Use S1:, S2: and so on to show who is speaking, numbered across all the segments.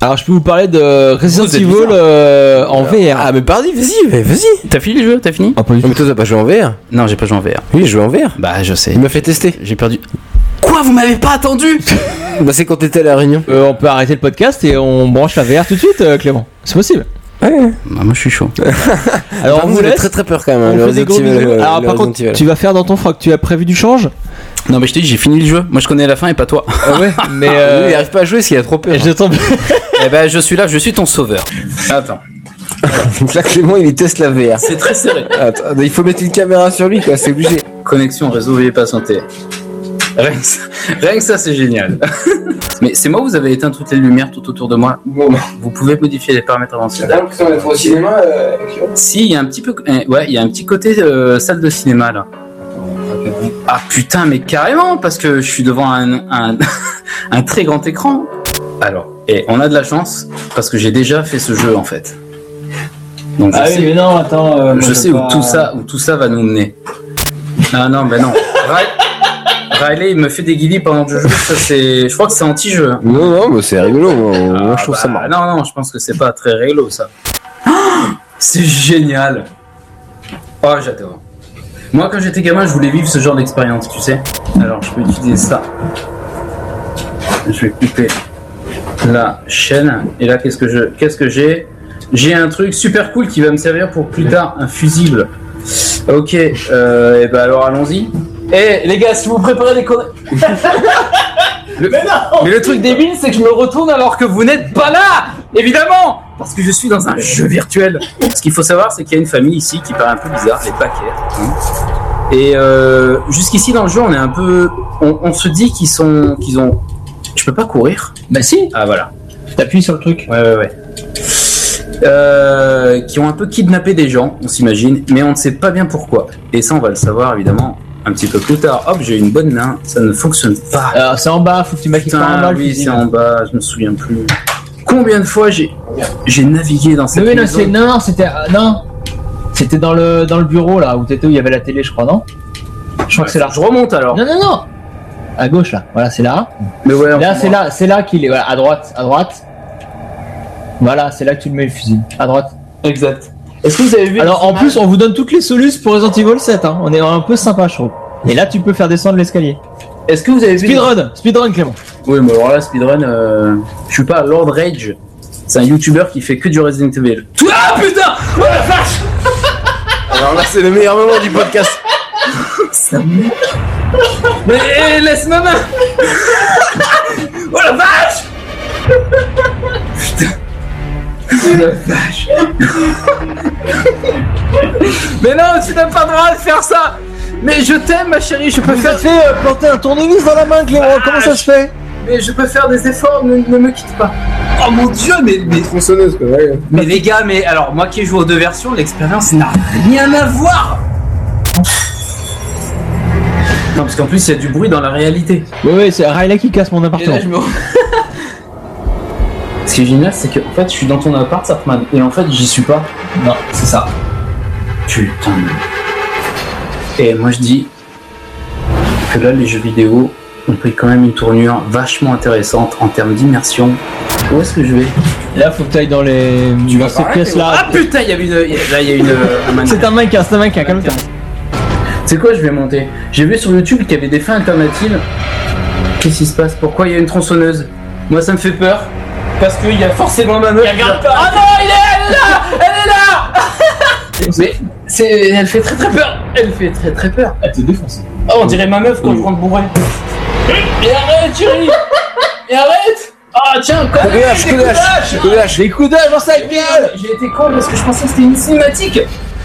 S1: Alors je peux vous parler de Resident
S2: Vous êtes
S1: Evil
S2: bizarre.
S1: euh, en VR.
S3: Ah, mais pardi, vas-y, mais vas-y.
S2: T'as fini le jeu T'as fini
S1: Ah, pas du
S3: Mais toi, t'as pas joué en VR
S2: Non, j'ai pas joué en VR.
S3: Oui, j'ai joué en VR.
S2: Bah, je sais.
S3: Il m'a fait tester.
S2: J'ai perdu. Quoi Vous m'avez pas attendu
S3: Bah, c'est quand t'étais à la réunion.
S1: tout. Euh, on peut arrêter le podcast et on branche la VR tout de suite, euh, Clément. C'est possible.
S3: Ouais.
S2: Bah, Moi, je suis chaud.
S1: Alors on vous laisse.
S3: très très peur quand même.
S1: on
S3: hein, le
S1: fait des gros
S3: Resident Evil,
S1: bisous.
S3: euh,
S1: Alors
S3: le
S1: par
S3: Resident
S1: contre,
S3: Evil.
S1: tu vas faire dans ton froc. Tu as prévu du change
S2: Non, mais je t'ai dit, j'ai fini le jeu. Moi, je connais la fin et pas toi.
S1: Ah ouais. Mais
S3: Lui,
S1: euh,
S3: il arrive pas à jouer parce qu'il a trop peur.
S1: je tombe.
S2: eh ben, je suis là, je suis ton sauveur. Attends,
S3: Donc là, Clément, il teste la VR.
S2: c'est très serré.
S3: Attends, il faut mettre une caméra sur lui, quoi, c'est obligé.
S2: Connexion réseau, veuillez patienter. Rien que ça, rien que ça, c'est génial. mais c'est moi, vous avez éteint toutes les lumières tout autour de moi.
S3: Bon,
S2: Vous pouvez modifier les paramètres avancés.
S3: l'impression d'être au cinéma.
S2: Si, il y a un petit peu, eh, ouais, il y a un petit côté euh, salle de cinéma là. Ah putain, mais carrément, parce que je suis devant un, un, un très grand écran. Alors, et on a de la chance, parce que j'ai déjà fait ce jeu en fait. Donc, je sais,
S1: Ah non, attends. euh,
S2: je sais où, tout ça, où tout ça va nous mener. Ah non, mais non. Ri- Riley, il me fait des guillis pendant que je joue, ça c'est. Je crois que c'est anti-jeu. hein.
S3: Non, non, mais c'est rigolo. Moi, moi, je
S2: Ah,
S3: trouve ça
S2: bah,
S3: marrant.
S2: Non, non, je pense que c'est pas très réglo ça. Ah, c'est génial. Oh, j'adore. Moi, quand j'étais gamin, je voulais vivre ce genre d'expérience, tu sais. Alors, je peux utiliser ça. Je vais couper la chaîne. Et là, qu'est-ce que je, qu'est-ce que j'ai J'ai un truc super cool qui va me servir pour plus tard, un fusible. Ok. et ben alors, allons-y. Eh les gars, si vous préparez des conneries. Le- mais le truc débile, c'est que je me retourne alors que vous n'êtes pas là Évidemment Parce que je suis dans un jeu virtuel. Ce qu'il faut savoir, c'est qu'il y a une famille ici qui paraît un peu bizarre, les paquets. hein. Et euh, jusqu'ici dans le jeu, on est un peu... On, on se dit qu'ils sont... qu'ils ont... Je peux pas courir
S1: Bah si.
S2: Ah voilà.
S1: T'appuies sur le truc.
S2: Ouais, ouais, ouais. Euh, qui ont un peu kidnappé des gens, on s'imagine, mais on ne sait pas bien pourquoi. Et ça, on va le savoir évidemment un petit peu plus tard. Hop, j'ai une bonne main, ça ne fonctionne pas.
S1: Alors c'est en bas. Faut que tu maquilles pas en
S2: Putain,
S1: bas. le
S2: oui,
S1: fusil.
S2: c'est en bas, je me souviens plus. Combien de fois j'ai j'ai navigué dans cette
S1: Oui, non,
S2: maison
S1: c'est non, non, c'était euh, non, c'était dans le dans le bureau là où t'étais où il y avait la télé, je crois, non Je crois que c'est là.
S2: Je remonte alors.
S1: Non, non, non. À gauche là. Voilà, c'est là.
S2: Mais ouais,
S1: Là,
S2: enfin,
S1: c'est là, c'est là qu'il est. Voilà, à droite, à droite. Voilà, c'est là que tu le mets le fusil. À droite.
S2: Exact. Est-ce que vous avez vu
S1: Alors en plus, on vous donne toutes les solutions pour Resident Evil 7. Hein. On est un peu sympa, je trouve. Et là, tu peux faire descendre l'escalier.
S2: Est-ce que vous avez vu
S1: Speedrun, speedrun, Clément.
S2: Oui, mais alors là, speedrun, euh, je suis pas Lord Rage. C'est un YouTuber qui fait que du Resident Evil. Ah putain Oh la vache
S3: Alors là, Ah, bah, c'est le meilleur moment du podcast.
S2: Ça me- Mais eh, laisse ma main Oh la vache Putain Oh la vache Mais non, tu n'as pas le droit de faire ça Mais je t'aime ma chérie, je peux
S1: Ça
S2: faire
S1: fait euh, planter un tournevis dans la main, Clément. Comment ça se fait
S2: mais je peux faire des efforts, ne, ne me quitte pas. Oh mon dieu, mais, mais,
S3: Tronçonneuse, quoi. Ouais.
S2: mais les gars, mais alors moi qui ai joué aux deux versions, l'expérience n'a rien à voir Non parce qu'en plus il y a du bruit dans la réalité.
S1: Oui, oui, c'est Riley qui casse mon appartement.
S2: Ce qui est génial, c'est que en fait, je suis dans ton appart, Sartman, et en fait, j'y suis pas. Non, c'est ça. Putain. Et moi, je dis que là, les jeux vidéo ont pris quand même une tournure vachement intéressante en termes d'immersion. Où est-ce que je vais
S1: Là, faut que t'ailles dans les. Tu vas ces pièces là.
S2: Ah putain, il y a une. il y a- Là, il y a une. euh, un mannequin.
S1: Ah, C'est un mannequin, c'est un mannequin, comme ça.
S2: C'est quoi, je vais monter J'ai vu sur YouTube qu'il y avait des fins alternatives. Qu'est-ce qui se passe Pourquoi il y a une tronçonneuse Moi, ça me fait peur. Parce qu'il y a forcément ma meuf. qui va- Ah non, elle est, elle est là Elle est là Mais c'est, elle fait très très peur. Elle fait très très peur.
S1: Elle te défonce.
S2: Oh, on dirait ma meuf quand je rentre bourré. Et arrête, chérie Et arrête Ah, tiens, quoi
S3: Lâche, lâche, lâche.
S1: Les coups d'œil, j'en sais rien
S2: J'ai été con parce que je pensais que c'était une cinématique.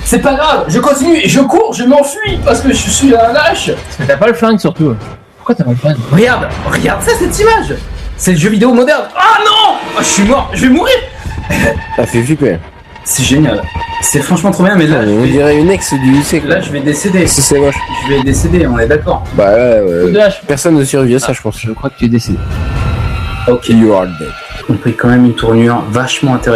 S2: C'est pas grave, je continue, je cours, je m'enfuis parce que je suis un lâche.
S1: Parce que t'as pas le flingue surtout. Pourquoi t'as pas le flingue
S2: Regarde, regarde ça, cette image C'est le jeu vidéo moderne Ah non Ah, Je suis mort, je vais mourir
S3: Ça fait flipper.
S2: C'est génial. C'est franchement trop bien, mais là, je
S3: On
S2: vais,
S3: dirait une ex du lycée, quoi.
S2: là, je vais décéder.
S3: Si c'est moche.
S2: Je vais décéder, on est d'accord.
S3: Bah ouais, ouais.
S1: Lâche.
S3: Personne ne survit à ça, je pense.
S1: Je crois que tu es décédé.
S2: Ok.
S3: You are dead.
S2: On pris quand même une tournure vachement intéressante.